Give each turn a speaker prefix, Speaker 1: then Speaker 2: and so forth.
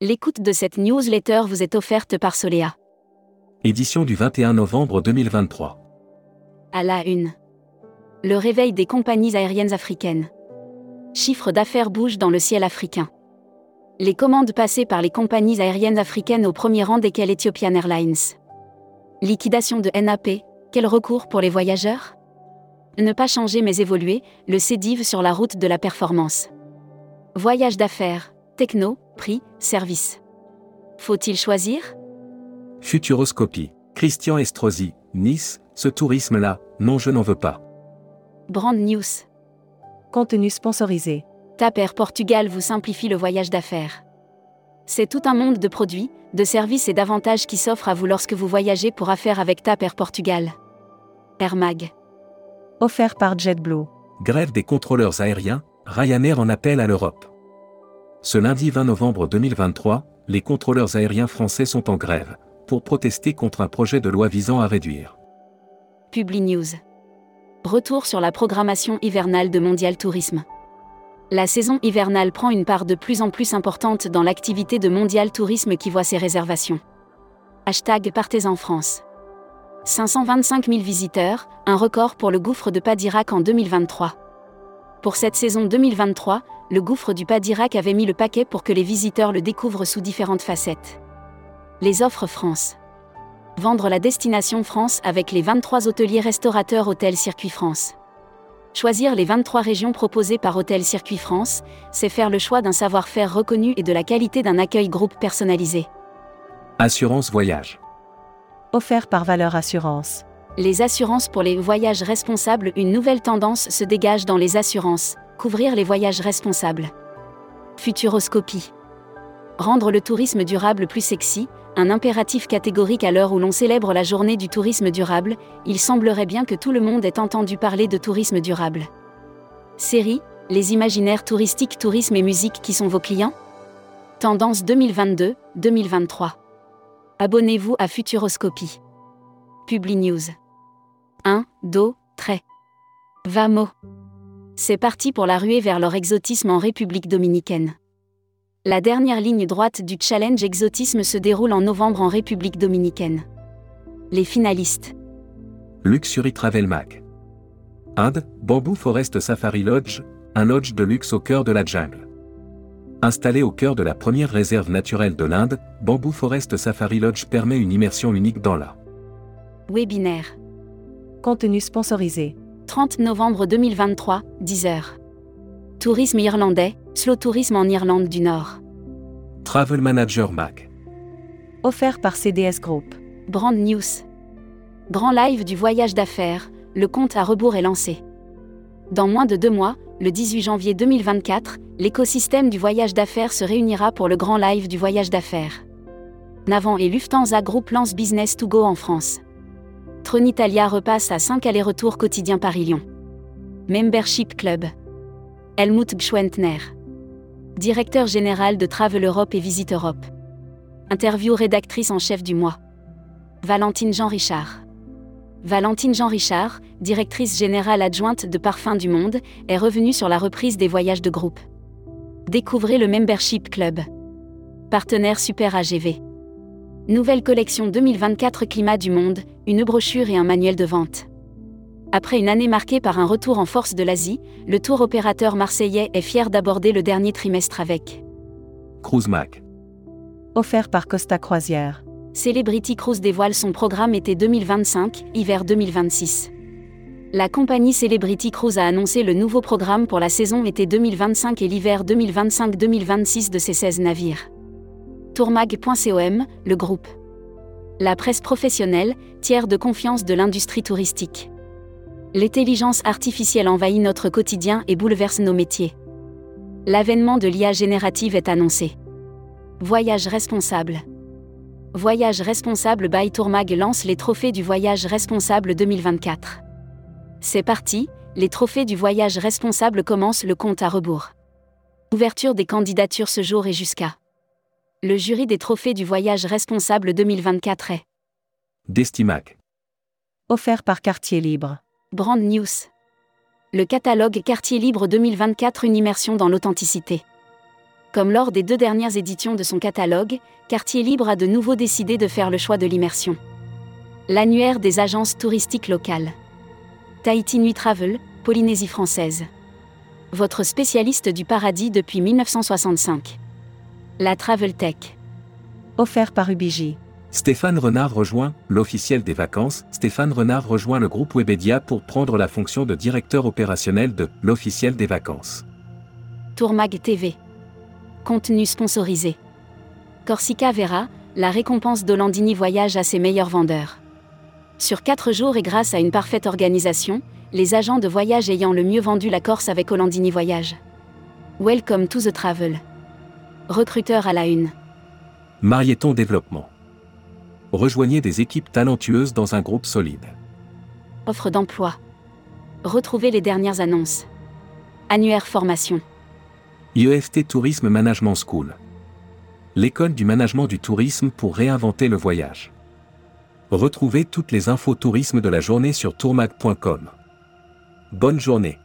Speaker 1: L'écoute de cette newsletter vous est offerte par Solea.
Speaker 2: Édition du 21 novembre 2023.
Speaker 1: À la une. Le réveil des compagnies aériennes africaines. Chiffre d'affaires bouge dans le ciel africain. Les commandes passées par les compagnies aériennes africaines au premier rang desquelles Ethiopian Airlines. Liquidation de NAP, quel recours pour les voyageurs Ne pas changer mais évoluer, le CEDIV sur la route de la performance. Voyage d'affaires, techno, prix, service. Faut-il choisir
Speaker 2: Futuroscopie. Christian Estrosi, Nice, ce tourisme-là, non je n'en veux pas.
Speaker 1: Brand News.
Speaker 3: Contenu sponsorisé.
Speaker 1: TAP Air Portugal vous simplifie le voyage d'affaires. C'est tout un monde de produits, de services et d'avantages qui s'offrent à vous lorsque vous voyagez pour affaires avec TAP Air Portugal. Air Mag.
Speaker 3: Offert par JetBlue.
Speaker 2: Grève des contrôleurs aériens, Ryanair en appelle à l'Europe. Ce lundi 20 novembre 2023, les contrôleurs aériens français sont en grève, pour protester contre un projet de loi visant à réduire.
Speaker 1: Publi News. Retour sur la programmation hivernale de Mondial Tourisme. La saison hivernale prend une part de plus en plus importante dans l'activité de Mondial Tourisme qui voit ses réservations. Hashtag Partez en France. 525 000 visiteurs, un record pour le gouffre de Padirac en 2023. Pour cette saison 2023, le gouffre du Padirac avait mis le paquet pour que les visiteurs le découvrent sous différentes facettes. Les offres France. Vendre la destination France avec les 23 hôteliers restaurateurs Hôtel Circuit France. Choisir les 23 régions proposées par Hôtel Circuit France, c'est faire le choix d'un savoir-faire reconnu et de la qualité d'un accueil groupe personnalisé.
Speaker 2: Assurance voyage.
Speaker 3: Offert par Valeur Assurance.
Speaker 1: Les assurances pour les voyages responsables, une nouvelle tendance se dégage dans les assurances, couvrir les voyages responsables. Futuroscopie. Rendre le tourisme durable plus sexy, un impératif catégorique à l'heure où l'on célèbre la journée du tourisme durable, il semblerait bien que tout le monde ait entendu parler de tourisme durable. Série, les imaginaires touristiques, tourisme et musique qui sont vos clients Tendance 2022-2023. Abonnez-vous à Futuroscopie. Publi News. 1, 2, trait. Vamo. C'est parti pour la ruée vers leur exotisme en République dominicaine. La dernière ligne droite du challenge exotisme se déroule en novembre en République dominicaine. Les finalistes.
Speaker 2: Luxury Travel Mag. Inde, Bamboo Forest Safari Lodge, un lodge de luxe au cœur de la jungle. Installé au cœur de la première réserve naturelle de l'Inde, Bamboo Forest Safari Lodge permet une immersion unique dans la
Speaker 1: Webinaire.
Speaker 3: Contenu sponsorisé.
Speaker 1: 30 novembre 2023, 10h. Tourisme irlandais, slow tourisme en Irlande du Nord.
Speaker 2: Travel Manager Mag.
Speaker 3: Offert par CDS Group.
Speaker 1: Brand News. Grand live du voyage d'affaires, le compte à rebours est lancé. Dans moins de deux mois, le 18 janvier 2024, l'écosystème du voyage d'affaires se réunira pour le grand live du voyage d'affaires. Navan et Lufthansa Group lancent Business to Go en France. Tronitalia repasse à 5 allers-retours quotidiens Paris-Lyon. Membership Club. Helmut Gschwentner. Directeur général de Travel Europe et Visite Europe. Interview rédactrice en chef du mois. Valentine Jean-Richard. Valentine Jean-Richard, directrice générale adjointe de Parfums du Monde, est revenue sur la reprise des voyages de groupe. Découvrez le Membership Club. Partenaire Super AGV. Nouvelle collection 2024 Climat du Monde, une brochure et un manuel de vente. Après une année marquée par un retour en force de l'Asie, le tour opérateur marseillais est fier d'aborder le dernier trimestre avec
Speaker 2: Cruise Mag.
Speaker 3: Offert par Costa Croisière.
Speaker 1: Celebrity Cruise dévoile son programme été 2025, hiver 2026. La compagnie Celebrity Cruise a annoncé le nouveau programme pour la saison été 2025 et l'hiver 2025-2026 de ses 16 navires. Tourmag.com, le groupe. La presse professionnelle, tiers de confiance de l'industrie touristique. L'intelligence artificielle envahit notre quotidien et bouleverse nos métiers. L'avènement de l'IA générative est annoncé. Voyage responsable. Voyage responsable by Tourmag lance les trophées du voyage responsable 2024. C'est parti, les trophées du voyage responsable commencent le compte à rebours. Ouverture des candidatures ce jour et jusqu'à. Le jury des trophées du voyage responsable 2024 est
Speaker 2: Destimag.
Speaker 3: Offert par Quartier Libre.
Speaker 1: Brand News. Le catalogue Quartier Libre 2024 Une immersion dans l'authenticité. Comme lors des deux dernières éditions de son catalogue, Quartier Libre a de nouveau décidé de faire le choix de l'immersion. L'annuaire des agences touristiques locales. Tahiti Nuit Travel, Polynésie française. Votre spécialiste du paradis depuis 1965. La Travel Tech.
Speaker 3: Offert par Ubiji.
Speaker 2: Stéphane Renard rejoint, l'officiel des vacances, Stéphane Renard rejoint le groupe Webedia pour prendre la fonction de directeur opérationnel de l'officiel des vacances.
Speaker 1: Tourmag TV. Contenu sponsorisé. Corsica Vera, la récompense d'Olandini Voyage à ses meilleurs vendeurs. Sur 4 jours et grâce à une parfaite organisation, les agents de voyage ayant le mieux vendu la Corse avec Olandini Voyage. Welcome to the travel. Recruteur à la une.
Speaker 2: Marieton Développement. Rejoignez des équipes talentueuses dans un groupe solide.
Speaker 1: Offre d'emploi. Retrouvez les dernières annonces. Annuaire formation.
Speaker 2: IEFT Tourisme Management School. L'école du management du tourisme pour réinventer le voyage. Retrouvez toutes les infos tourisme de la journée sur tourmag.com. Bonne journée.